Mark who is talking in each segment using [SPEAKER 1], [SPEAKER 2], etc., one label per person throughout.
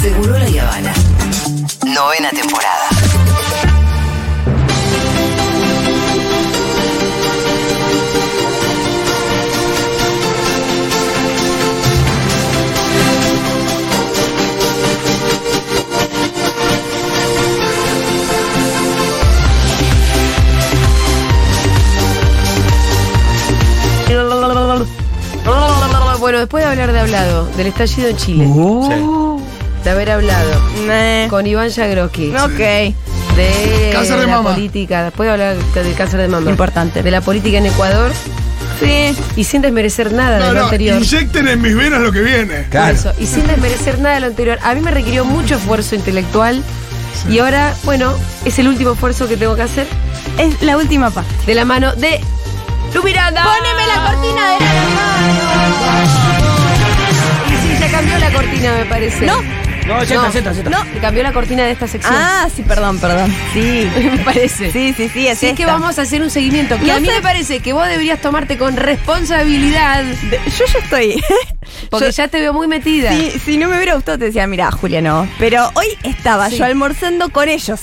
[SPEAKER 1] Seguro la Habana. Novena temporada.
[SPEAKER 2] Bueno, después de hablar de hablado, del estallido en Chile, de haber hablado
[SPEAKER 3] Oh. Nah.
[SPEAKER 2] con Iván Jagroski,
[SPEAKER 3] Ok.
[SPEAKER 2] de
[SPEAKER 4] Cáncer de
[SPEAKER 2] la
[SPEAKER 4] mama.
[SPEAKER 2] política, después de hablar del cáncer de mama,
[SPEAKER 3] Importante.
[SPEAKER 2] de la política en Ecuador,
[SPEAKER 3] Sí.
[SPEAKER 2] y sin desmerecer nada de
[SPEAKER 4] No,
[SPEAKER 2] lo
[SPEAKER 4] no,
[SPEAKER 2] anterior.
[SPEAKER 4] inyecten en mis venas lo que viene.
[SPEAKER 2] Por
[SPEAKER 5] Claro.
[SPEAKER 2] eso, y sin desmerecer nada de lo anterior. A mí me requirió mucho esfuerzo intelectual y ahora, bueno, es el último esfuerzo que tengo que hacer
[SPEAKER 3] Es la última parte.
[SPEAKER 2] de la mano de Lu Miranda.
[SPEAKER 3] Poneme la cortina de
[SPEAKER 2] Y sí, ya cambió la cortina, me parece.
[SPEAKER 3] No.
[SPEAKER 5] No, ya está, ya está, ya está.
[SPEAKER 2] No, cambió la cortina de esta sección.
[SPEAKER 3] Ah, sí, perdón, perdón. Sí.
[SPEAKER 2] me parece.
[SPEAKER 3] Sí, sí, sí, es
[SPEAKER 2] Así que
[SPEAKER 3] esta.
[SPEAKER 2] vamos a hacer un seguimiento. Que
[SPEAKER 3] No
[SPEAKER 2] a mí
[SPEAKER 3] sé.
[SPEAKER 2] me parece que vos deberías tomarte con responsabilidad.
[SPEAKER 3] De- Yo ya estoy.
[SPEAKER 2] Porque
[SPEAKER 3] Yo-
[SPEAKER 2] ya te veo muy metida.
[SPEAKER 3] Si, si no me hubiera gustado, te decía, mira, Julia, no. Pero hoy estaba
[SPEAKER 2] Sí.
[SPEAKER 3] yo almorzando con ellos.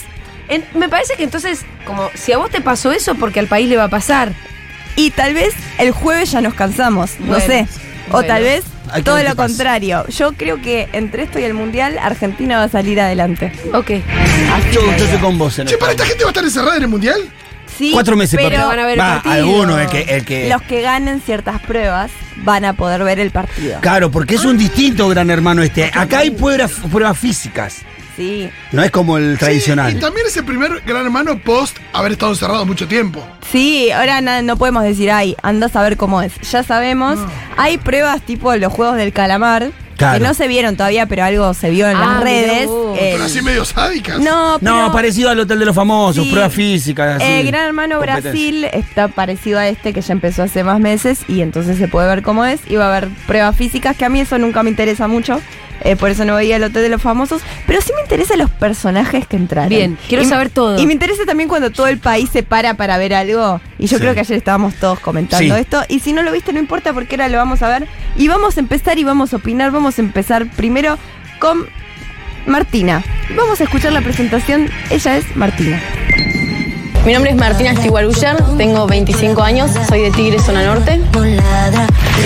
[SPEAKER 2] En- me parece que entonces, como si a vos te pasó eso, porque al país le va a pasar.
[SPEAKER 3] Y tal vez el jueves ya nos cansamos, no
[SPEAKER 2] Bueno,
[SPEAKER 3] sé. O
[SPEAKER 2] bueno.
[SPEAKER 3] tal vez
[SPEAKER 5] Hay que
[SPEAKER 3] todo
[SPEAKER 5] ver qué
[SPEAKER 3] lo
[SPEAKER 5] pasa.
[SPEAKER 3] contrario. Yo creo que entre esto y el Mundial, Argentina va a salir adelante.
[SPEAKER 2] Ok.
[SPEAKER 5] Yo, yo estoy con vos en
[SPEAKER 4] Che, para esta gente va a estar encerrada en el mundial.
[SPEAKER 3] Sí,
[SPEAKER 5] Cuatro meses,
[SPEAKER 3] pero
[SPEAKER 5] papi.
[SPEAKER 2] van a ver el
[SPEAKER 5] Va,
[SPEAKER 2] partido.
[SPEAKER 5] alguno, el que, el que.
[SPEAKER 3] los que ganen ciertas pruebas van a poder ver el partido.
[SPEAKER 5] Claro, porque es un distinto gran hermano este. Acá hay pruebas, pruebas físicas.
[SPEAKER 3] Sí,
[SPEAKER 5] No es como el
[SPEAKER 4] Sí, y
[SPEAKER 5] tradicional.
[SPEAKER 4] también es el primer gran hermano post haber estado encerrado mucho tiempo.
[SPEAKER 3] sí, ahora na- no podemos decir, ay, anda a saber cómo es. Ya sabemos, hay pruebas tipo los juegos del calamar,
[SPEAKER 5] Claro.
[SPEAKER 3] que no se vieron todavía, pero algo se vio en
[SPEAKER 2] Ah, mirá
[SPEAKER 3] las redes. eh,
[SPEAKER 2] vos.
[SPEAKER 3] El-
[SPEAKER 4] Pero así medio sádicas.
[SPEAKER 3] no,
[SPEAKER 5] no,
[SPEAKER 3] pero-
[SPEAKER 5] parecido al Hotel de los Famosos,
[SPEAKER 3] Sí.
[SPEAKER 5] pruebas físicas. así.
[SPEAKER 3] Eh, Gran Hermano
[SPEAKER 5] Competencia.
[SPEAKER 3] Brasil está parecido a este que ya empezó hace más meses y entonces se puede ver cómo es y va a haber pruebas físicas que a mí eso nunca me interesa mucho. eh, por eso no veía el hotel de los famosos, pero sí me interesan los personajes que entraron.
[SPEAKER 2] Bien, quiero
[SPEAKER 3] Y-
[SPEAKER 2] saber todo.
[SPEAKER 3] Y me interesa también cuando todo el país se para para ver algo. Y yo
[SPEAKER 5] Sí.
[SPEAKER 3] creo que ayer estábamos todos comentando
[SPEAKER 5] Sí.
[SPEAKER 3] esto. Y si no lo viste, no importa porque ahora lo vamos a ver. Y vamos a empezar y vamos a opinar. Vamos a empezar primero con Martina. Vamos a escuchar la presentación. Ella es Martina.
[SPEAKER 6] Mi nombre es Martina Estiguarullar, tengo 25 años, soy de Tigre, zona norte.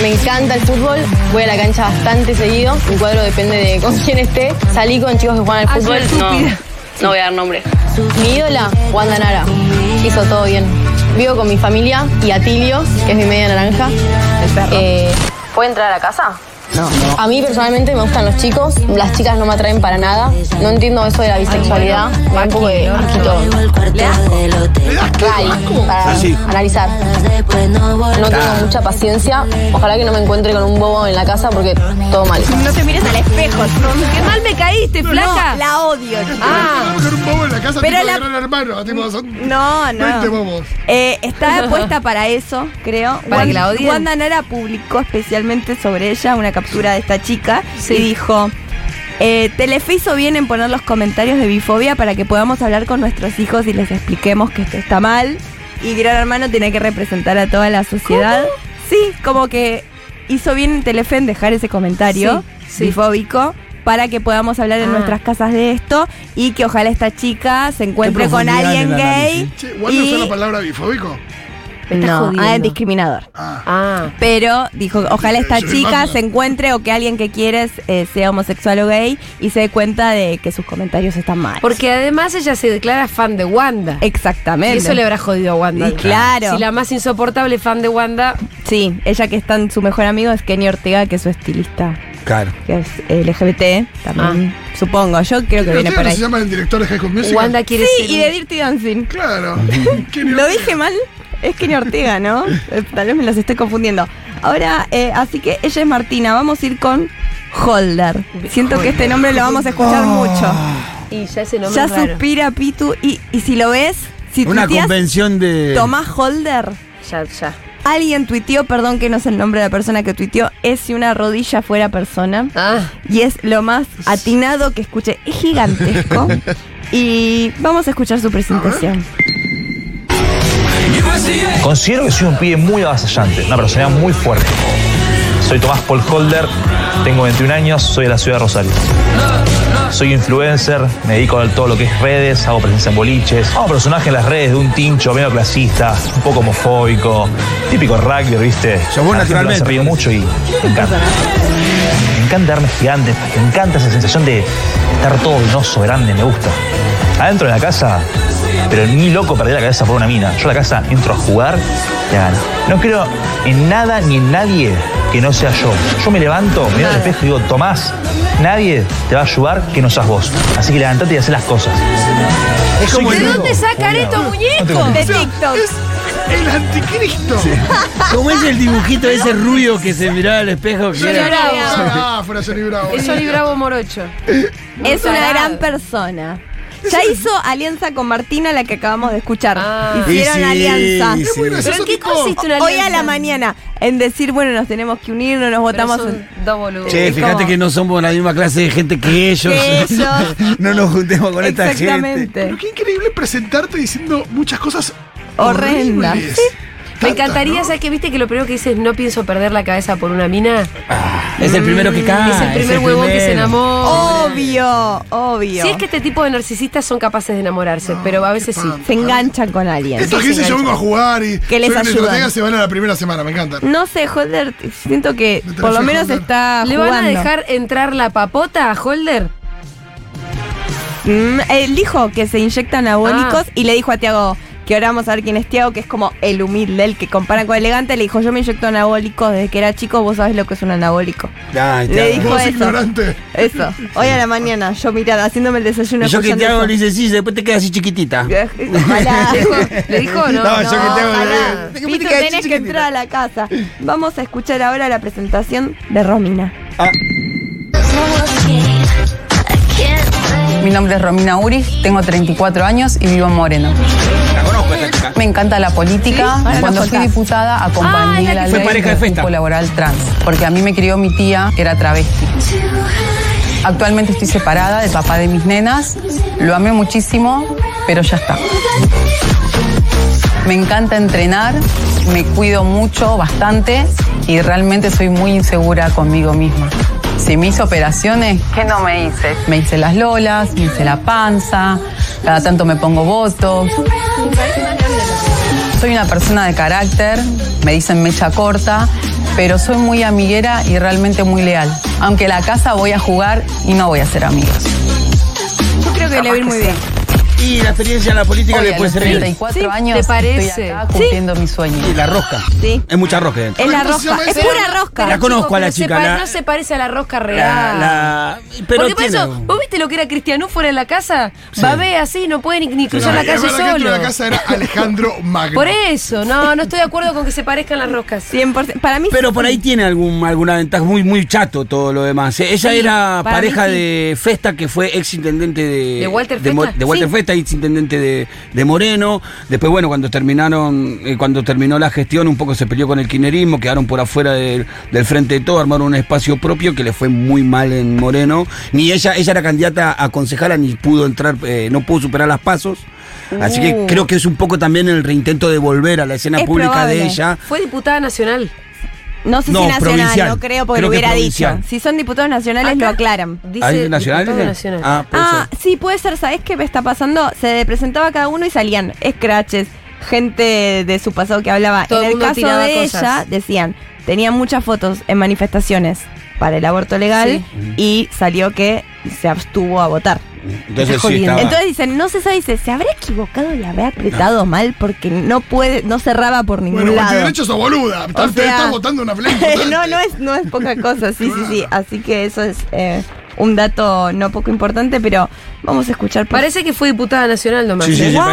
[SPEAKER 6] Me encanta el fútbol, voy a la cancha bastante seguido, mi cuadro depende de con quién esté. Salí con chicos que juegan
[SPEAKER 2] Ah,
[SPEAKER 6] al fútbol,
[SPEAKER 2] soy
[SPEAKER 6] no,
[SPEAKER 2] estúpida.
[SPEAKER 6] no voy a dar nombre. Mi ídola, Wanda Nara, hizo todo bien. Vivo con mi familia y Atilio, que es mi media naranja. Eh, ¿Puede entrar a casa? A mí personalmente me gustan los chicos, las chicas no me atraen para nada. No entiendo eso de la bisexualidad, me da un poco de asquito.
[SPEAKER 4] ¿Le das qué,
[SPEAKER 6] Ray,
[SPEAKER 4] Vasco?
[SPEAKER 6] para
[SPEAKER 3] Ah,
[SPEAKER 5] Sí, sí.
[SPEAKER 6] analizar. No tengo mucha paciencia. Ojalá que no me encuentre con un bobo en la casa porque todo mal.
[SPEAKER 3] No te mires al espejo.
[SPEAKER 2] ¡Qué mal me caíste, flaca!
[SPEAKER 3] No, la odio. chica.
[SPEAKER 2] Ah.
[SPEAKER 4] Vamos con un bobo en la casa,
[SPEAKER 3] Pero
[SPEAKER 4] tipo
[SPEAKER 3] la-
[SPEAKER 4] de gran hermano. Tipo, son
[SPEAKER 6] Ah,
[SPEAKER 3] No,
[SPEAKER 4] 20
[SPEAKER 3] no.
[SPEAKER 4] bobos.
[SPEAKER 3] Eh, está puesta para eso, creo.
[SPEAKER 2] Para que la
[SPEAKER 3] Wan-
[SPEAKER 2] odien.
[SPEAKER 3] Wanda Nara publicó especialmente sobre ella una captura de esta chica
[SPEAKER 2] Sí.
[SPEAKER 3] y dijo. Eh, Telefe hizo bien en poner los comentarios de bifobia para que podamos hablar con nuestros hijos y les expliquemos que esto está mal. Y Gran Hermano tiene que representar a toda la sociedad. Sí, como que hizo bien Telefe en dejar ese comentario
[SPEAKER 2] Sí, sí.
[SPEAKER 3] bifóbico para que podamos hablar en
[SPEAKER 2] Ah.
[SPEAKER 3] nuestras casas de esto y que ojalá esta chica se encuentre con
[SPEAKER 5] profundidad en
[SPEAKER 3] alguien
[SPEAKER 5] el
[SPEAKER 3] gay.
[SPEAKER 5] análisis.
[SPEAKER 4] Che, ¿Wanda
[SPEAKER 3] y-
[SPEAKER 4] usa la palabra bifóbico?
[SPEAKER 2] Me estás
[SPEAKER 3] no,
[SPEAKER 2] jodiendo.
[SPEAKER 3] ah, es discriminador.
[SPEAKER 4] Ah.
[SPEAKER 2] Ah,
[SPEAKER 3] Pero dijo, ojalá esta
[SPEAKER 4] Sí,
[SPEAKER 3] chica
[SPEAKER 4] manda.
[SPEAKER 3] se encuentre o que alguien que quieres eh, sea homosexual o gay y se dé cuenta de que sus comentarios están mal.
[SPEAKER 2] porque además ella se declara fan de Wanda.
[SPEAKER 3] Exactamente.
[SPEAKER 2] Y eso le habrá jodido a Wanda.
[SPEAKER 3] Y claro.
[SPEAKER 2] Si la más insoportable fan de Wanda.
[SPEAKER 3] Sí, ella que es tan su mejor amigo es Kenny Ortega, que es su estilista,
[SPEAKER 5] Claro.
[SPEAKER 3] que es LGBT también. Supongo, yo creo que
[SPEAKER 4] Pero
[SPEAKER 3] viene
[SPEAKER 4] ustedes
[SPEAKER 3] por
[SPEAKER 4] no
[SPEAKER 3] ahí.
[SPEAKER 4] se llama el director de High School Musical?
[SPEAKER 2] Wanda quiere
[SPEAKER 3] Sí,
[SPEAKER 2] ser.
[SPEAKER 3] y de Dirty Dancing.
[SPEAKER 4] Claro. ¿Quién
[SPEAKER 3] Lo
[SPEAKER 4] era?
[SPEAKER 3] dije mal, es Kenny Ortega, ¿no? Eh, Tal vez me los estoy confundiendo. Ahora, eh, así que ella es Martina, vamos a ir con Holder. Siento que este nombre lo vamos a escuchar mucho.
[SPEAKER 2] Y ya ese nombre
[SPEAKER 3] ya
[SPEAKER 2] es raro.
[SPEAKER 3] suspira Pitu y, y si lo ves, si
[SPEAKER 5] Una
[SPEAKER 3] tuiteas
[SPEAKER 5] convención de.
[SPEAKER 3] Tomás Holder,
[SPEAKER 2] Ya, ya.
[SPEAKER 3] alguien tuiteó, perdón que no es el nombre de la persona que tuiteó, es si una rodilla fuera persona.
[SPEAKER 2] Ah,
[SPEAKER 3] Y es lo más atinado que escuché, es gigantesco. Y vamos a escuchar su presentación.
[SPEAKER 7] Considero que soy un pibe muy avasallante, una personalidad muy fuerte. Soy Tomás Paul Holder, tengo 21 años, soy de la ciudad de Rosario. Soy influencer, me dedico a todo lo que es redes, hago presencia en boliches. Hago personaje en las redes de un tincho medio clasista, un poco homofóbico, típico rugby, ¿viste?
[SPEAKER 5] Sos vos
[SPEAKER 7] La gente lo hace
[SPEAKER 5] naturalmente,
[SPEAKER 7] reír mucho y me encanta. Me encanta darme gigante, me encanta esa sensación de estar todo venoso, grande, me gusta. Adentro de la casa, pero ni loco perdí la cabeza por una mina. Yo a la casa entro a jugar y a ganar. No creo en nada ni en nadie que no sea yo. Yo me levanto, me doy al espejo y digo, Tomás, nadie te va a ayudar que no seas vos. Así que levantate y haz las cosas.
[SPEAKER 5] Es como
[SPEAKER 2] ¿De
[SPEAKER 5] el
[SPEAKER 2] dónde sacan estos muñecos?
[SPEAKER 3] De TikTok.
[SPEAKER 4] Es el anticristo.
[SPEAKER 5] ¿Cómo es el dibujito ese rubio que se miraba al espejo? Que
[SPEAKER 2] Johnny
[SPEAKER 5] era-
[SPEAKER 2] Bravo.
[SPEAKER 4] Ah, fuera Johnny Bravo.
[SPEAKER 2] Es Johnny Bravo Morocho.
[SPEAKER 3] Es una
[SPEAKER 2] Parado.
[SPEAKER 3] gran persona. Ya hizo alianza con Martina, la que acabamos de escuchar.
[SPEAKER 2] Ah.
[SPEAKER 3] Hicieron
[SPEAKER 5] Y sí,
[SPEAKER 3] alianza.
[SPEAKER 5] y sí.
[SPEAKER 4] muy gracioso.
[SPEAKER 2] ¿Pero en qué
[SPEAKER 4] tipo-
[SPEAKER 2] consiste una
[SPEAKER 3] Hoy a
[SPEAKER 2] alianza?
[SPEAKER 3] la mañana, en decir, bueno, nos tenemos que unir, no nos
[SPEAKER 2] Pero
[SPEAKER 3] votamos.
[SPEAKER 2] son dos boludos.
[SPEAKER 5] Che, fíjate que no somos la misma clase de gente que ellos.
[SPEAKER 3] Que ellos.
[SPEAKER 5] no nos juntemos con esta gente.
[SPEAKER 3] Exactamente.
[SPEAKER 4] Pero qué increíble presentarte diciendo muchas cosas
[SPEAKER 3] Horrenda.
[SPEAKER 4] horribles.
[SPEAKER 3] Sí.
[SPEAKER 2] Me
[SPEAKER 4] Tantas,
[SPEAKER 2] encantaría,
[SPEAKER 4] ¿no?
[SPEAKER 2] ¿sabes que viste que lo primero que dices no pienso perder la cabeza por una mina?
[SPEAKER 3] Ah.
[SPEAKER 5] Mm, Es el primero que cae.
[SPEAKER 2] es el primer huevón que se
[SPEAKER 5] primero.
[SPEAKER 2] enamora.
[SPEAKER 3] Obvio, obvio.
[SPEAKER 2] Si es que este tipo de narcisistas son capaces de enamorarse, pero a veces sí.
[SPEAKER 3] se enganchan con alguien.
[SPEAKER 4] Estos que dicen yo vengo a jugar y
[SPEAKER 3] Que les
[SPEAKER 4] soy un
[SPEAKER 3] ayudan.
[SPEAKER 4] estratega, se van a la primera semana, me encanta.
[SPEAKER 3] No sé, Holder, siento que
[SPEAKER 4] No te
[SPEAKER 3] por
[SPEAKER 4] la
[SPEAKER 3] lo
[SPEAKER 4] sé,
[SPEAKER 3] menos
[SPEAKER 4] Holder.
[SPEAKER 3] está
[SPEAKER 2] ¿Le van a
[SPEAKER 3] jugando.
[SPEAKER 2] dejar entrar la papota a Holder?
[SPEAKER 3] Mm, él dijo que se inyectan abólicos y le dijo a Tiago que ahora vamos a ver quién es Tiago, que es como el humilde, el que compara con elegante. Le dijo, yo me inyecto anabólicos desde que era chico, vos sabés lo que es un anabólico.
[SPEAKER 5] Ay,
[SPEAKER 3] Le
[SPEAKER 5] Tiago.
[SPEAKER 3] dijo
[SPEAKER 4] Vos
[SPEAKER 3] eso.
[SPEAKER 4] ignorante.
[SPEAKER 3] Eso. Hoy a la mañana, yo mirada, haciéndome el desayuno.
[SPEAKER 5] Y yo que
[SPEAKER 3] escuchando
[SPEAKER 5] te hago, le
[SPEAKER 3] eso.
[SPEAKER 5] dice, sí, después te quedas así chiquitita.
[SPEAKER 3] Ojalá.
[SPEAKER 2] ¿Le dijo o no?
[SPEAKER 5] No, yo que te hago-
[SPEAKER 3] ojalá.
[SPEAKER 5] eh,
[SPEAKER 3] Pitu, tenés que entrar a la casa. Vamos a escuchar ahora la presentación de Romina.
[SPEAKER 8] Mi nombre es Romina Uris, tengo 34 años y vivo en Moreno.
[SPEAKER 5] La conozco esta chica.
[SPEAKER 8] Me encanta la política.
[SPEAKER 3] Ahora
[SPEAKER 8] Cuando
[SPEAKER 3] nos
[SPEAKER 8] fui
[SPEAKER 3] contás.
[SPEAKER 8] diputada acompañé
[SPEAKER 3] Ah, es la
[SPEAKER 8] la
[SPEAKER 5] que- Fue
[SPEAKER 8] ley
[SPEAKER 5] pareja de
[SPEAKER 8] del
[SPEAKER 5] festa.
[SPEAKER 8] cupo laboral trans, porque a mí me crió mi tía, que era travesti. Actualmente estoy separada del papá de mis nenas, lo amé muchísimo, pero ya está. Me encanta entrenar, me cuido mucho, bastante, y realmente soy muy insegura conmigo misma. Si me hice operaciones, ¿qué no me hice? Me hice las lolas, me hice la panza, cada tanto me pongo votos. Soy una persona de carácter, me dicen mecha corta, pero soy muy amiguera y realmente muy leal. Aunque a la casa voy a jugar y no voy a ser amigos.
[SPEAKER 3] Yo creo que le va a ir muy bien.
[SPEAKER 5] Y la experiencia en la política
[SPEAKER 8] Hoy
[SPEAKER 5] le
[SPEAKER 8] a
[SPEAKER 5] puede
[SPEAKER 8] los
[SPEAKER 5] servir.
[SPEAKER 8] 34
[SPEAKER 2] Sí,
[SPEAKER 8] años
[SPEAKER 2] ¿te parece?
[SPEAKER 8] estoy acá cumpliendo mi sueño.
[SPEAKER 5] pues, Y la rosca.
[SPEAKER 3] Sí.
[SPEAKER 5] Es mucha rosca dentro.
[SPEAKER 3] Es la
[SPEAKER 4] ¿Cómo se
[SPEAKER 3] rosca.
[SPEAKER 4] llama
[SPEAKER 3] Es
[SPEAKER 4] esa?
[SPEAKER 3] pura rosca.
[SPEAKER 5] La conozco
[SPEAKER 2] Chicos,
[SPEAKER 5] a la
[SPEAKER 2] pero se
[SPEAKER 5] chica,
[SPEAKER 2] pa-
[SPEAKER 5] la-
[SPEAKER 2] no se parece a la rosca real.
[SPEAKER 5] La, la- pero
[SPEAKER 2] Porque por
[SPEAKER 5] tiene-
[SPEAKER 2] eso, ¿vos viste lo que era Cristianú fuera de la casa? Babé así, no puede ni, ni cruzar
[SPEAKER 4] No,
[SPEAKER 2] la
[SPEAKER 4] y es
[SPEAKER 2] calle
[SPEAKER 4] verdad que esto
[SPEAKER 2] solo.
[SPEAKER 4] de la casa era Alejandro Magno.
[SPEAKER 2] Por eso, no, no estoy de acuerdo con que se parezcan las roscas.
[SPEAKER 3] 100%. Para mí
[SPEAKER 5] Pero por ahí tiene algún, alguna ventaja, muy, muy chato todo lo demás. Eh, Ella
[SPEAKER 3] Sí,
[SPEAKER 5] era
[SPEAKER 3] para
[SPEAKER 5] pareja
[SPEAKER 3] mí sí.
[SPEAKER 5] de Festa, que fue ex intendente de,
[SPEAKER 2] ¿De Walter
[SPEAKER 5] Mo-
[SPEAKER 2] Festa?
[SPEAKER 5] de Walter
[SPEAKER 2] Sí.
[SPEAKER 5] Festa, ex intendente de, de Moreno. Después, bueno, cuando terminaron, eh, cuando terminó la gestión, un poco se peleó con el kinerismo, quedaron por afuera del, del frente de todo, armaron un espacio propio que le fue muy mal en Moreno. Ni ella, ella era candidata a concejala, ni pudo entrar, eh, no pudo superar las pasos. Así que
[SPEAKER 3] Uh.
[SPEAKER 5] creo que es un poco también el reintento de volver a la escena
[SPEAKER 3] Es
[SPEAKER 5] pública de
[SPEAKER 3] probable.
[SPEAKER 5] ella.
[SPEAKER 2] Fue diputada nacional.
[SPEAKER 3] No sé
[SPEAKER 5] No,
[SPEAKER 3] si nacional,
[SPEAKER 5] provincial.
[SPEAKER 3] no creo, porque
[SPEAKER 5] Creo
[SPEAKER 3] lo
[SPEAKER 5] que
[SPEAKER 3] hubiera
[SPEAKER 5] provincial.
[SPEAKER 3] dicho. Si son diputados nacionales,
[SPEAKER 2] Acá
[SPEAKER 3] lo aclaran.
[SPEAKER 2] Dice
[SPEAKER 5] nacional?
[SPEAKER 2] diputado
[SPEAKER 5] dice?
[SPEAKER 2] nacional.
[SPEAKER 5] Ah, puede
[SPEAKER 3] Ah,
[SPEAKER 5] ser.
[SPEAKER 3] sí, puede ser. ¿Sabés qué me está pasando? Se presentaba cada uno y salían scratches, gente de su pasado que hablaba.
[SPEAKER 2] Todo el
[SPEAKER 3] en el
[SPEAKER 2] mundo
[SPEAKER 3] caso
[SPEAKER 2] tiraba
[SPEAKER 3] de
[SPEAKER 2] cosas.
[SPEAKER 3] ella, decían, tenía muchas fotos en manifestaciones para el aborto legal y salió que se abstuvo a votar.
[SPEAKER 5] Entonces sí,
[SPEAKER 2] jodiendo.
[SPEAKER 5] estaba-
[SPEAKER 3] Entonces dicen, no se sabe, dice, ¿se habrá equivocado y habrá apretado mal? Porque no puede, no cerraba por ningún
[SPEAKER 4] Bueno,
[SPEAKER 3] lado.
[SPEAKER 4] derecho sos boluda. Estás- te
[SPEAKER 3] sea-
[SPEAKER 4] estás votando una flecha.
[SPEAKER 3] no, no es, no es poca cosa, sí, sí, sí.
[SPEAKER 4] Ah.
[SPEAKER 3] Así que eso es eh, un dato no poco importante, pero vamos a escuchar. por-
[SPEAKER 2] Parece que fue diputada nacional nomás. ¿eh?
[SPEAKER 5] Sí, sí, sí,
[SPEAKER 3] ¡Guau!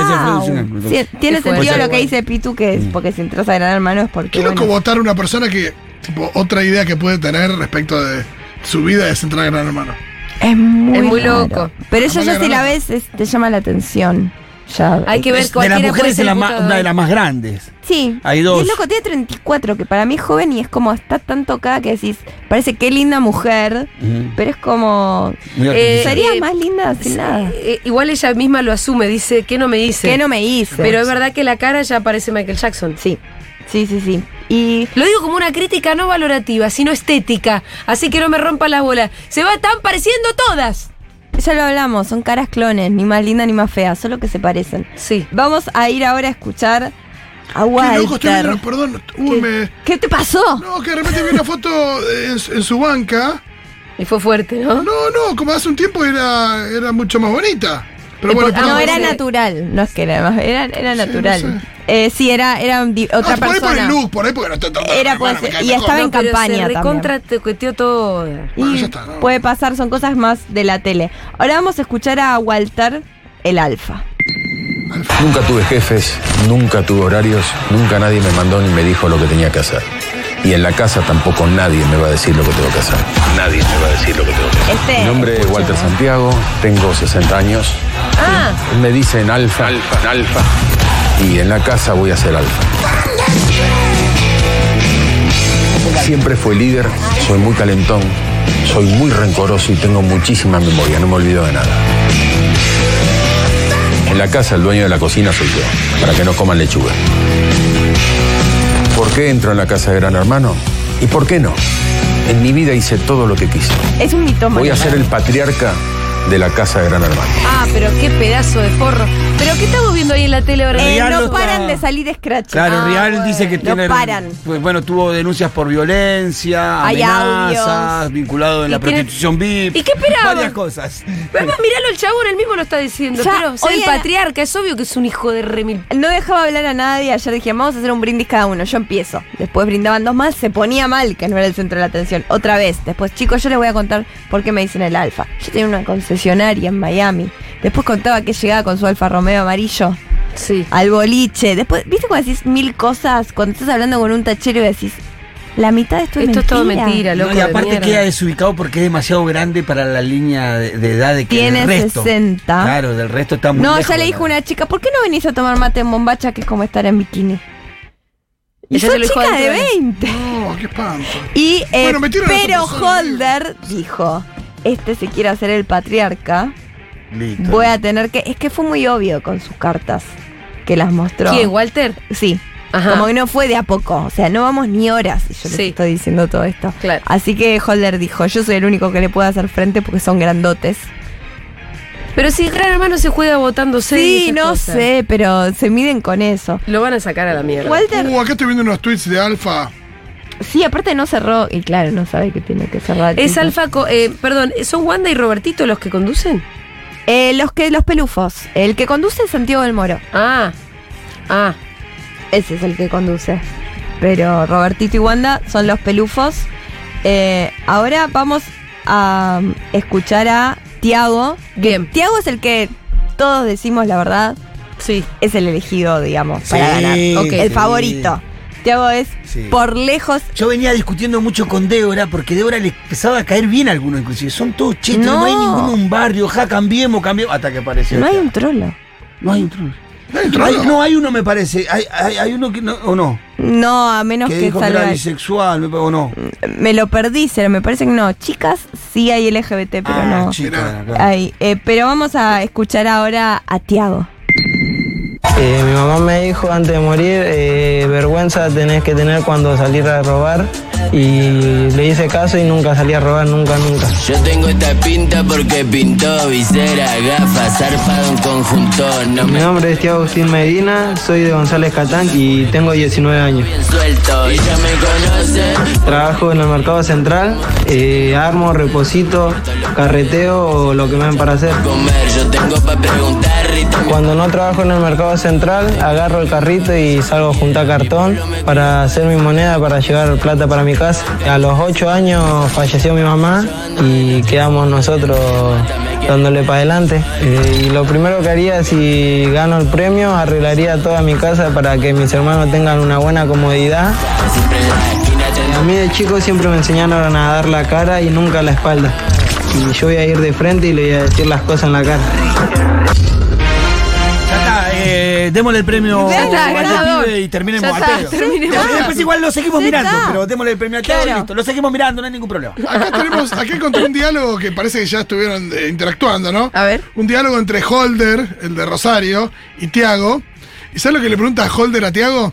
[SPEAKER 5] parece Freddy Schumacher.
[SPEAKER 3] Sí, Tiene
[SPEAKER 2] Qué
[SPEAKER 3] sentido
[SPEAKER 2] fuerte.
[SPEAKER 3] lo que dice Pitu, que es porque si entras a Gran Hermano es porque.
[SPEAKER 4] Qué loco
[SPEAKER 3] bueno,
[SPEAKER 4] votar a una persona que, tipo, otra idea que puede tener respecto de su vida es entrar a Gran Hermano.
[SPEAKER 3] es muy,
[SPEAKER 2] Es muy
[SPEAKER 3] raro.
[SPEAKER 2] loco.
[SPEAKER 3] Pero eso ya
[SPEAKER 4] Además, Gran
[SPEAKER 3] si la
[SPEAKER 4] Hermano-
[SPEAKER 3] ves, es- te llama la atención. Ya.
[SPEAKER 2] Hay que ver
[SPEAKER 5] Es de las
[SPEAKER 2] cualquiera puede
[SPEAKER 5] mujeres es
[SPEAKER 2] ser
[SPEAKER 5] la ma-
[SPEAKER 2] diputada.
[SPEAKER 5] una de las más grandes.
[SPEAKER 3] Sí.
[SPEAKER 5] Hay
[SPEAKER 3] Y
[SPEAKER 5] dos.
[SPEAKER 3] es loco, tiene 34, que para mí es joven y es como está tan tocada que decís, parece qué linda mujer, pero es como.
[SPEAKER 5] Muy
[SPEAKER 2] Eh,
[SPEAKER 5] artificial.
[SPEAKER 3] Sería
[SPEAKER 2] eh,
[SPEAKER 3] más linda sin
[SPEAKER 2] Sí,
[SPEAKER 3] nada.
[SPEAKER 2] eh, igual ella misma lo asume, dice, ¿qué no me dice?
[SPEAKER 3] ¿Qué no me hice?
[SPEAKER 2] Pero es verdad que la cara ya parece Michael Jackson.
[SPEAKER 3] Sí, sí, sí, sí. Y
[SPEAKER 2] Lo digo como una crítica no valorativa, sino estética. Así que no me rompa las bolas. Se va tan pareciendo todas.
[SPEAKER 3] ya lo hablamos, son caras clones, ni más lindas ni más feas, solo que se parecen.
[SPEAKER 2] Sí.
[SPEAKER 3] Vamos a ir ahora a escuchar a
[SPEAKER 4] Qué loco estoy
[SPEAKER 3] Walter.
[SPEAKER 4] viendo, perdón. Uy, me-
[SPEAKER 3] ¿Qué te pasó?
[SPEAKER 4] No, que de repente vi una foto en, en su banca.
[SPEAKER 2] Y fue fuerte, ¿no?
[SPEAKER 4] No, no, como hace un tiempo era, era mucho más bonita. Pero
[SPEAKER 2] Eh,
[SPEAKER 4] bueno,
[SPEAKER 2] por-
[SPEAKER 4] pero-
[SPEAKER 3] no, era
[SPEAKER 2] sí.
[SPEAKER 3] natural. No es que era más, era, era natural.
[SPEAKER 4] no sé.
[SPEAKER 3] Eh, sí, era, era un di- otra
[SPEAKER 4] Ah, por ahí por el
[SPEAKER 3] persona.
[SPEAKER 4] look, por ahí porque no está tan
[SPEAKER 3] Era, puede
[SPEAKER 4] bueno,
[SPEAKER 3] ser,
[SPEAKER 4] me cae
[SPEAKER 3] y
[SPEAKER 4] mejor.
[SPEAKER 3] estaba en
[SPEAKER 2] No, pero
[SPEAKER 3] campaña
[SPEAKER 2] Se
[SPEAKER 3] también.
[SPEAKER 2] recontra te cueteó todo.
[SPEAKER 3] Y
[SPEAKER 4] Bueno, Ah, ya está, ¿no?
[SPEAKER 3] puede pasar, son cosas más de la tele. Ahora vamos a escuchar a Walter, el alfa.
[SPEAKER 9] Nunca tuve jefes, nunca tuve horarios, nunca nadie me mandó ni me dijo lo que tenía que hacer. Y en la casa tampoco nadie me va a decir lo que tengo que hacer. Nadie me va a decir lo que tengo que hacer.
[SPEAKER 3] Este,
[SPEAKER 9] Mi nombre es Walter Santiago, tengo 60 años.
[SPEAKER 2] Ah.
[SPEAKER 9] Me dicen alfa, alfa, alfa. Y en la casa voy a ser alfa. Siempre fui líder, soy muy calentón, soy muy rencoroso y tengo muchísima memoria, no me olvido de nada. En la casa el dueño de la cocina soy yo, para que no coman lechuga. ¿Por qué entro en la casa de Gran Hermano? ¿Y por qué no? En mi vida hice todo lo que quise.
[SPEAKER 3] es un mitómano.
[SPEAKER 9] Voy a ser el patriarca de la casa de Gran Hermano.
[SPEAKER 2] Ah, pero qué pedazo de forro. Pero ¿qué estamos viendo ahí en la tele ahora? Ah,
[SPEAKER 3] Eh,
[SPEAKER 5] Rialto
[SPEAKER 3] no
[SPEAKER 5] está-
[SPEAKER 3] paran de salir scratch.
[SPEAKER 5] Claro, Real dice que
[SPEAKER 3] Ah, No
[SPEAKER 5] tiene.
[SPEAKER 3] paran.
[SPEAKER 5] Pues bueno, tuvo denuncias por violencia,
[SPEAKER 3] Hay
[SPEAKER 5] amenazas,
[SPEAKER 3] audios.
[SPEAKER 5] vinculado
[SPEAKER 2] Y
[SPEAKER 5] en la
[SPEAKER 2] tiene-
[SPEAKER 5] prostitución VIP.
[SPEAKER 2] ¿Y qué esperaban?
[SPEAKER 5] Varias cosas.
[SPEAKER 2] Además, miralo, el chabón, él mismo lo está diciendo.
[SPEAKER 3] Ya,
[SPEAKER 2] pero soy
[SPEAKER 3] hoy
[SPEAKER 2] el
[SPEAKER 3] era-
[SPEAKER 2] patriarca, es obvio que es un hijo de remil.
[SPEAKER 3] No dejaba hablar a nadie. Ayer dije, vamos a hacer un brindis cada uno. Yo empiezo. Después brindaban dos más. Se ponía mal, que no era el centro de la atención. Otra vez. Después, chicos, yo les voy a contar por qué me dicen el alfa. Yo tenía una concesionaria en Miami. Después contaba que llegaba con su alfa Romeo amarillo
[SPEAKER 2] Sí.
[SPEAKER 3] al boliche. Después, ¿viste cuando decís mil cosas? Cuando estás hablando con un tachero y decís, la mitad de esto es
[SPEAKER 2] Esto es
[SPEAKER 3] mentira.
[SPEAKER 2] todo mentira, loco.
[SPEAKER 5] No, y
[SPEAKER 2] de
[SPEAKER 5] aparte
[SPEAKER 2] mierda.
[SPEAKER 5] queda desubicado porque es demasiado grande para la línea de, de edad de que
[SPEAKER 3] Tiene
[SPEAKER 5] el resto.
[SPEAKER 3] 60.
[SPEAKER 5] Claro, del resto está muy
[SPEAKER 3] No,
[SPEAKER 5] lejos
[SPEAKER 3] ya le
[SPEAKER 5] de
[SPEAKER 3] dijo
[SPEAKER 5] la-
[SPEAKER 3] una chica, ¿por qué no venís a tomar mate en bombacha que es como estar en bikini? Y
[SPEAKER 2] Ella
[SPEAKER 3] son
[SPEAKER 2] te lo dijo
[SPEAKER 3] chicas de
[SPEAKER 2] adentro de-
[SPEAKER 3] 20.
[SPEAKER 4] No, qué espanto.
[SPEAKER 3] Y eh,
[SPEAKER 4] Bueno, metieron a esa
[SPEAKER 3] pero
[SPEAKER 4] persona,
[SPEAKER 3] Holder dijo, este se quiere hacer el patriarca,
[SPEAKER 5] Listo.
[SPEAKER 3] voy a tener que... Es que fue muy obvio con sus cartas que las mostró.
[SPEAKER 2] ¿Quién, Walter?
[SPEAKER 3] Sí.
[SPEAKER 2] Ajá.
[SPEAKER 3] Como que no fue de a poco, o sea, no vamos ni horas. Y yo les
[SPEAKER 2] Sí.
[SPEAKER 3] estoy diciendo todo esto.
[SPEAKER 2] Claro.
[SPEAKER 3] Así que Holder dijo, yo soy el único que le puedo hacer frente porque son grandotes.
[SPEAKER 2] Pero si Gran Hermano se juega votándose. y
[SPEAKER 3] Sí,
[SPEAKER 2] esas
[SPEAKER 3] no
[SPEAKER 2] cosas.
[SPEAKER 3] sé, pero se miden con eso.
[SPEAKER 2] Lo van a sacar a la mierda.
[SPEAKER 3] Walter,
[SPEAKER 4] Uh, acá estoy viendo unos tweets de Alfa.
[SPEAKER 3] sí, aparte no cerró, y claro, no sabe que tiene que cerrar.
[SPEAKER 2] Es
[SPEAKER 3] chicos.
[SPEAKER 2] Alfa, co- eh, perdón, ¿son Wanda y Robertito los que conducen?
[SPEAKER 3] Eh, los que los pelufos. El que conduce es Santiago del Moro.
[SPEAKER 2] Ah, ah,
[SPEAKER 3] Ese es el que conduce. Pero Robertito y Wanda son los pelufos. Eh, ahora vamos a um, escuchar a Tiago.
[SPEAKER 2] bien,
[SPEAKER 3] Tiago es el que todos decimos la verdad,
[SPEAKER 2] sí.
[SPEAKER 3] es el elegido, digamos,
[SPEAKER 5] Sí,
[SPEAKER 3] para ganar.
[SPEAKER 5] Ok.
[SPEAKER 3] El
[SPEAKER 5] sí.
[SPEAKER 3] favorito. Tiago es
[SPEAKER 5] Sí.
[SPEAKER 3] por lejos.
[SPEAKER 5] Yo venía discutiendo mucho con Débora porque Débora le empezaba a caer bien a algunos, inclusive. Son todos chetos, no,
[SPEAKER 3] No.
[SPEAKER 5] hay ninguno en un barrio. Ja, cambiemos, cambiemos. Hasta que apareció.
[SPEAKER 3] No hay
[SPEAKER 5] este.
[SPEAKER 3] un trolo.
[SPEAKER 5] No hay un trono.
[SPEAKER 4] Hay un trono.
[SPEAKER 5] Hay- no, hay uno, me parece. Hay, hay- hay uno que no, o no.
[SPEAKER 3] No, a menos
[SPEAKER 5] que
[SPEAKER 3] que,
[SPEAKER 5] dijo que era
[SPEAKER 3] salga.
[SPEAKER 5] bisexual, me- o no.
[SPEAKER 3] Me lo perdí, se- me parece que no. Chicas, sí hay LGBT, pero
[SPEAKER 5] Ah,
[SPEAKER 3] no.
[SPEAKER 5] chica, claro.
[SPEAKER 3] Ay, eh, pero vamos a escuchar ahora a Tiago.
[SPEAKER 10] Eh, mi mamá me dijo antes de morir, eh, vergüenza tenés que tener cuando salir a robar y le hice caso y nunca salí a robar, nunca, nunca.
[SPEAKER 11] Yo tengo esta pinta porque pintó visera, gafas, zarpado en conjunto. No
[SPEAKER 10] Mi
[SPEAKER 11] me
[SPEAKER 10] nombre es Tiago Agustín Medina, soy de González Catán y tengo 19 años.
[SPEAKER 11] bien suelto. Y ya me conoce.
[SPEAKER 10] Trabajo en el mercado central, eh, armo, reposito, carreteo o lo que me den para hacer.
[SPEAKER 11] Comer, yo tengo pa' preguntar y también
[SPEAKER 10] Cuando no trabajo en el mercado central, agarro el carrito y salgo a juntar cartón para hacer mi moneda, para llevar plata para mi casa. A los 8 años falleció mi mamá y quedamos nosotros dándole para adelante. Eh, y lo primero que haría si gano el premio, arreglaría toda mi casa para que mis hermanos tengan una buena comodidad.
[SPEAKER 11] siempre en la esquina tengo
[SPEAKER 10] A mí de chico siempre me enseñaron a dar la cara y nunca la espalda. Y yo voy a ir de frente y le voy a decir las cosas en la cara.
[SPEAKER 5] Ya está, eh, démosle el premio
[SPEAKER 3] Ya está,
[SPEAKER 5] a este
[SPEAKER 3] ganador.
[SPEAKER 5] pibe y terminemos
[SPEAKER 2] Ya
[SPEAKER 5] al
[SPEAKER 2] está,
[SPEAKER 5] pedo.
[SPEAKER 2] terminemos.
[SPEAKER 5] Porque Después igual lo seguimos
[SPEAKER 3] Ya
[SPEAKER 5] mirando,
[SPEAKER 3] está.
[SPEAKER 5] pero démosle el premio a Tiago y
[SPEAKER 3] Claro.
[SPEAKER 5] listo. Lo seguimos mirando, no hay ningún problema.
[SPEAKER 4] Acá tenemos, acá encontré un diálogo que parece que ya estuvieron eh, interactuando, ¿no?
[SPEAKER 3] A ver.
[SPEAKER 4] Un diálogo entre Holder, el de Rosario, y Tiago. ¿Y sabes lo que le pregunta Holder a Tiago?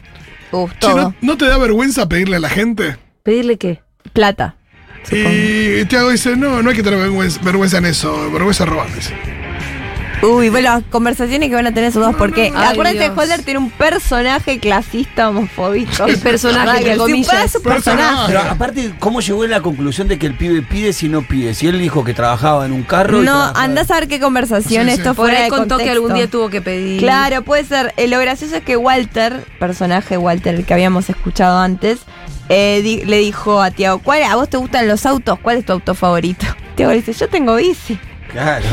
[SPEAKER 3] Uf,
[SPEAKER 4] Che,
[SPEAKER 3] todo.
[SPEAKER 4] ¿no, no te da vergüenza pedirle a la gente?
[SPEAKER 2] ¿Pedirle qué?
[SPEAKER 3] Plata.
[SPEAKER 4] Y Tiago dice, no, no hay que tener vergüenza, vergüenza en eso, vergüenza robar. dice.
[SPEAKER 3] Uy, bueno, las conversaciones que van a tener esos dos, porque
[SPEAKER 2] Ay,
[SPEAKER 3] acuérdense,
[SPEAKER 2] Dios.
[SPEAKER 3] Holder tiene un personaje clasista homofóbico.
[SPEAKER 2] El personaje,
[SPEAKER 3] Ay,
[SPEAKER 2] entre
[SPEAKER 3] sí,
[SPEAKER 2] comillas.
[SPEAKER 3] para su
[SPEAKER 4] Personaje.
[SPEAKER 3] personaje.
[SPEAKER 5] Pero aparte, ¿cómo llegó a la conclusión de que el pibe pide si no pide? Si él dijo que trabajaba en un carro. y
[SPEAKER 3] No,
[SPEAKER 5] trabajaba-
[SPEAKER 3] andás a ver qué conversación
[SPEAKER 4] Sí, sí.
[SPEAKER 3] esto
[SPEAKER 2] Por
[SPEAKER 3] fuera
[SPEAKER 2] ahí
[SPEAKER 3] de
[SPEAKER 2] contó que
[SPEAKER 3] contexto.
[SPEAKER 2] algún día tuvo que pedir.
[SPEAKER 3] Claro, puede ser. Eh, lo gracioso es que Walter, personaje Walter, el que habíamos escuchado antes, eh, di- le dijo a Tiago, ¿cuál, ¿a vos te gustan los autos? ¿Cuál es tu auto favorito? Tiago le dice, yo tengo bici.
[SPEAKER 5] Claro.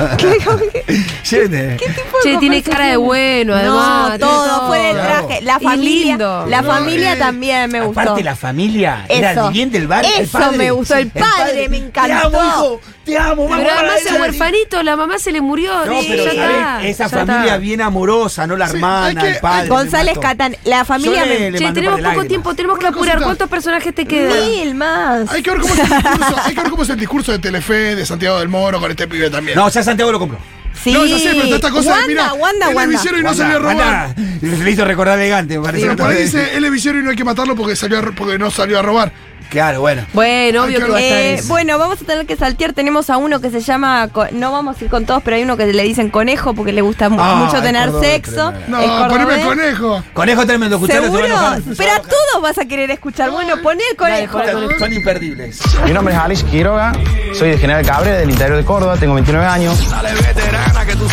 [SPEAKER 3] ¿Qué tipo de
[SPEAKER 2] Che, tiene
[SPEAKER 3] conversación?
[SPEAKER 2] cara de bueno, además.
[SPEAKER 3] No,
[SPEAKER 2] tiene
[SPEAKER 3] todo, fuera el
[SPEAKER 5] Claro.
[SPEAKER 3] traje. La
[SPEAKER 2] Y
[SPEAKER 3] familia,
[SPEAKER 2] lindo.
[SPEAKER 3] la
[SPEAKER 4] No,
[SPEAKER 3] familia
[SPEAKER 4] eh,
[SPEAKER 3] también me gustó.
[SPEAKER 5] Aparte la familia, era
[SPEAKER 3] Eso.
[SPEAKER 5] el bien del barrio. el
[SPEAKER 3] Eso
[SPEAKER 5] padre.
[SPEAKER 3] me gustó, el padre, me
[SPEAKER 5] Te
[SPEAKER 3] encantó.
[SPEAKER 5] amo, hijo, te amo, vamos
[SPEAKER 2] Pero
[SPEAKER 5] para
[SPEAKER 2] además el
[SPEAKER 5] adelante.
[SPEAKER 2] huerfanito, la mamá se le murió.
[SPEAKER 5] No,
[SPEAKER 2] sí,
[SPEAKER 5] pero
[SPEAKER 2] ya
[SPEAKER 5] ¿sabés?
[SPEAKER 2] está,
[SPEAKER 5] esa
[SPEAKER 2] ya
[SPEAKER 5] familia
[SPEAKER 2] está.
[SPEAKER 5] bien amorosa, no la
[SPEAKER 4] Sí,
[SPEAKER 5] hermana,
[SPEAKER 4] hay que-
[SPEAKER 5] el padre.
[SPEAKER 3] González
[SPEAKER 5] me mató.
[SPEAKER 3] Catán, la familia
[SPEAKER 5] Yo le-
[SPEAKER 3] me...
[SPEAKER 5] le
[SPEAKER 2] Che, tenemos
[SPEAKER 5] mandé un par de
[SPEAKER 2] poco
[SPEAKER 5] lágrimas.
[SPEAKER 2] tiempo, tenemos que
[SPEAKER 4] Una
[SPEAKER 2] apurar.
[SPEAKER 4] cosita.
[SPEAKER 2] ¿Cuántos personajes te quedan?
[SPEAKER 3] Mil más.
[SPEAKER 4] Hay que, ver cómo es el discurso, hay que ver cómo es el discurso de Telefe, de Santiago del Moro, con este pibe también.
[SPEAKER 5] No, ya Santiago lo compró.
[SPEAKER 3] Sí.
[SPEAKER 4] No, ya sé, pero está esta cosa
[SPEAKER 3] Wanda,
[SPEAKER 4] de, mira,
[SPEAKER 3] Wanda,
[SPEAKER 4] él es
[SPEAKER 3] Wanda.
[SPEAKER 4] villero y no
[SPEAKER 5] Guarda,
[SPEAKER 4] salió a robar.
[SPEAKER 5] guarda. Le hizo recordar elegante, me parece.
[SPEAKER 4] Pero por ahí
[SPEAKER 5] Entonces,
[SPEAKER 4] dice, él es villero y no hay que matarlo porque, salió a ro- porque no salió a robar.
[SPEAKER 5] Claro, bueno.
[SPEAKER 2] Bueno,
[SPEAKER 4] Hay
[SPEAKER 2] obvio
[SPEAKER 4] que
[SPEAKER 2] que va a estar
[SPEAKER 3] Eh,
[SPEAKER 2] eso.
[SPEAKER 3] bueno, vamos a tener que saltear. Tenemos a uno que se llama, co- no vamos a ir con todos, pero hay uno que le dicen conejo porque le gusta mu-
[SPEAKER 5] Ah,
[SPEAKER 3] mucho
[SPEAKER 5] el
[SPEAKER 3] tener
[SPEAKER 5] cordobés
[SPEAKER 3] sexo.
[SPEAKER 5] tremendo.
[SPEAKER 4] No,
[SPEAKER 3] El
[SPEAKER 4] poneme
[SPEAKER 3] cordobés.
[SPEAKER 4] el conejo.
[SPEAKER 5] Conejo tremendo, escuchalo, se va a enojar.
[SPEAKER 3] ¿Seguro? Pero a todos vas a querer escuchar. Bueno, poné el conejo.
[SPEAKER 5] Son imperdibles.
[SPEAKER 10] Mi nombre es Alex Quiroga, soy de General Cabrera, del interior de Córdoba, tengo 29 años.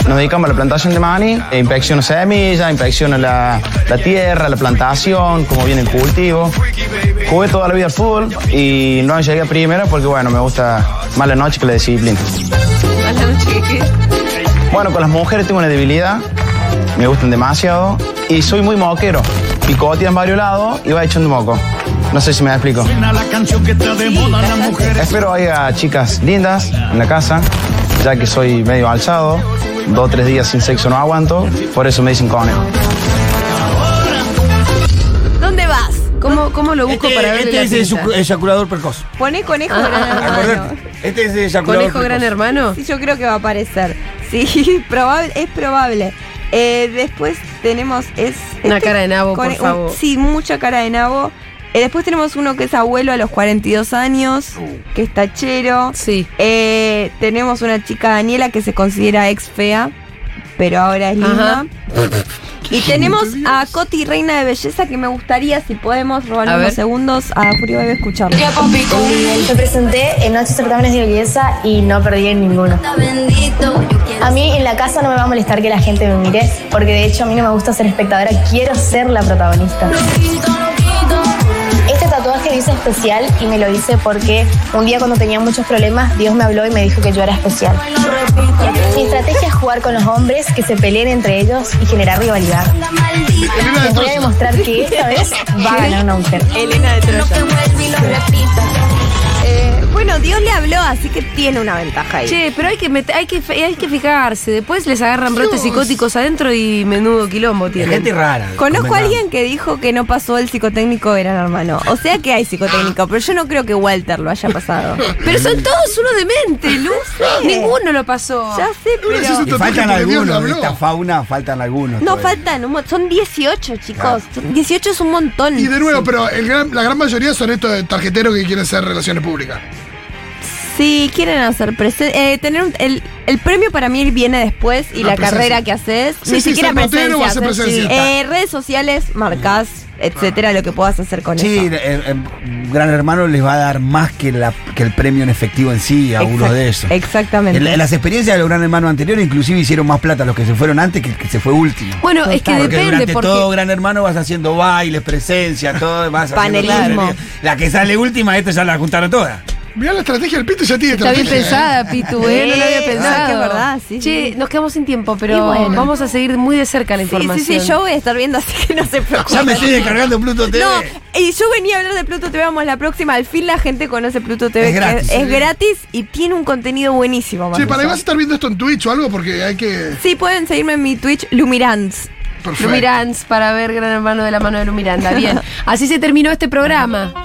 [SPEAKER 10] Nos dedicamos a la plantación de maní, e inspecciono semillas, inspecciono la, la tierra, la plantación, cómo viene el cultivo. Jugué toda la vida al fútbol y no llegué a primera porque, bueno, me gusta más la noche que la disciplina.
[SPEAKER 2] Ah,
[SPEAKER 10] Bueno, con las mujeres tengo una debilidad, me gustan demasiado y soy muy moquero. Picotean en varios lados y va echando moco. No sé si me explico. Espero haya chicas lindas en la casa, ya que soy medio alzado. Dos o tres días sin sexo no aguanto, por eso me dicen conejo.
[SPEAKER 3] ¿Dónde vas?
[SPEAKER 2] ¿Cómo, ¿Cómo lo busco
[SPEAKER 5] Este,
[SPEAKER 2] para verle
[SPEAKER 5] este
[SPEAKER 2] la
[SPEAKER 5] es el
[SPEAKER 2] pinta?
[SPEAKER 5] su- eyaculador precoz.
[SPEAKER 3] Poné conejo.
[SPEAKER 2] Ah,
[SPEAKER 3] gran
[SPEAKER 2] ah,
[SPEAKER 3] hermano.
[SPEAKER 5] Acordate. Este es el eyaculador
[SPEAKER 2] ¿Conejo
[SPEAKER 5] precoz.
[SPEAKER 2] gran hermano?
[SPEAKER 3] Sí, yo creo que va a aparecer. Sí, probable, es probable. Eh, después tenemos es este
[SPEAKER 2] Una cara de nabo, por
[SPEAKER 3] un-
[SPEAKER 2] favor.
[SPEAKER 3] sí, mucha cara de nabo. Eh, después tenemos uno que es abuelo a los 42 años, que es tachero.
[SPEAKER 2] Sí.
[SPEAKER 3] Eh, tenemos una chica Daniela que se considera ex fea, pero ahora es linda.
[SPEAKER 2] Ajá.
[SPEAKER 3] Y tenemos a Coti Reina de Belleza que me gustaría, si podemos, robar
[SPEAKER 2] A
[SPEAKER 3] unos
[SPEAKER 2] ver.
[SPEAKER 3] segundos a Furio Bebe escucharlo.
[SPEAKER 6] Me presenté en ocho certámenes de belleza y no perdí en ninguno. A mí en la casa no me va a molestar que la gente me mire, porque de hecho a mí no me gusta ser espectadora, quiero ser la protagonista. Este tatuaje dice especial y me lo hice porque un día cuando tenía muchos problemas, Dios me habló y me dijo que yo era especial. Mi estrategia es jugar con los hombres, que se peleen entre ellos y generar rivalidad.
[SPEAKER 4] Elena de
[SPEAKER 6] Les voy a
[SPEAKER 4] Troya.
[SPEAKER 6] demostrar que esta vez va a ganar una mujer.
[SPEAKER 3] Elena de Troya. Eh, bueno, Dios le habló, así que tiene una ventaja ahí.
[SPEAKER 2] Che, pero hay que, met- hay que fe- hay que fijarse. Después les agarran brotes psicóticos adentro y menudo quilombo
[SPEAKER 5] La
[SPEAKER 2] tienen.
[SPEAKER 5] Gente rara.
[SPEAKER 3] Conozco a
[SPEAKER 5] convengamos.
[SPEAKER 3] alguien que dijo que no pasó el psicotécnico de gran hermano. O sea que hay psicotécnico, pero yo no creo que Walter lo haya pasado.
[SPEAKER 2] Pero son todos unos demente, Luz.
[SPEAKER 3] sé.
[SPEAKER 2] Ninguno lo pasó.
[SPEAKER 3] ya sé,
[SPEAKER 4] Una es
[SPEAKER 3] pero.
[SPEAKER 4] ese
[SPEAKER 5] Y faltan
[SPEAKER 4] tatuaje porque Dios
[SPEAKER 5] algunos.
[SPEAKER 4] lo
[SPEAKER 5] De
[SPEAKER 4] habló.
[SPEAKER 5] esta fauna faltan algunos.
[SPEAKER 3] No
[SPEAKER 5] todavía.
[SPEAKER 3] faltan, un mon- son 18, chicos. 18 es un montón.
[SPEAKER 4] Y de nuevo, pero el gran- la gran mayoría son estos de tarjeteros que quieren hacer relaciones públicas.
[SPEAKER 3] Sí, quieren hacer presen- eh, tener un- el, el premio para mí viene después y
[SPEAKER 4] La
[SPEAKER 3] la
[SPEAKER 4] presencia.
[SPEAKER 3] carrera que haces,
[SPEAKER 4] Sí,
[SPEAKER 3] ni
[SPEAKER 4] sí,
[SPEAKER 3] siquiera
[SPEAKER 4] ser notero
[SPEAKER 3] presencia.
[SPEAKER 4] o hacer presencia.
[SPEAKER 3] Eh, redes sociales, marcas, etcétera, lo que puedas hacer con
[SPEAKER 5] Mm. Sí,
[SPEAKER 3] eso.
[SPEAKER 5] eh, eh, Gran Hermano les va a dar más que, la- que el premio en efectivo en sí a uno
[SPEAKER 3] Exact-
[SPEAKER 5] de esos.
[SPEAKER 3] Exactamente.
[SPEAKER 5] En- en las experiencias de los Gran Hermano anterior inclusive hicieron más plata los que se fueron antes que el que se fue último.
[SPEAKER 2] Bueno, es que
[SPEAKER 3] Total.
[SPEAKER 5] Porque
[SPEAKER 2] depende,
[SPEAKER 5] durante
[SPEAKER 2] porque.
[SPEAKER 5] todo Gran Hermano vas haciendo bailes, presencia, todo, vas haciendo
[SPEAKER 3] Panelismo.
[SPEAKER 5] claro, La que sale última, esto ya la juntaron todas.
[SPEAKER 4] Mirá la estrategia del pito, ya tiene
[SPEAKER 2] Está bien
[SPEAKER 4] estrategia.
[SPEAKER 2] pensada, Pitu, ¿eh? No lo había
[SPEAKER 3] Sí,
[SPEAKER 2] pensado.
[SPEAKER 3] ah, que verdad, sí,
[SPEAKER 2] Che,
[SPEAKER 3] sí.
[SPEAKER 2] nos quedamos sin tiempo,
[SPEAKER 3] Y
[SPEAKER 2] pero
[SPEAKER 3] bueno.
[SPEAKER 2] vamos a seguir muy de cerca la
[SPEAKER 3] Sí, sí,
[SPEAKER 2] información.
[SPEAKER 3] sí, yo voy a estar viendo, así que no se preocupen.
[SPEAKER 5] Ya me estoy descargando Pluto TV.
[SPEAKER 3] No, y yo venía a hablar de Pluto TV, vamos la próxima. Al fin la gente conoce Pluto TV,
[SPEAKER 5] Es
[SPEAKER 3] que
[SPEAKER 5] gratis.
[SPEAKER 3] es gratis y tiene un contenido buenísimo.
[SPEAKER 4] Che,
[SPEAKER 3] Marisa.
[SPEAKER 4] para ahí vas a estar viendo esto en Twitch o algo porque hay que.
[SPEAKER 3] Sí, pueden seguirme en mi Twitch, Lumirans.
[SPEAKER 4] Perfecto.
[SPEAKER 2] Lumirans para ver Gran Hermano de la mano de Lumiranda. Bien, así se terminó este programa.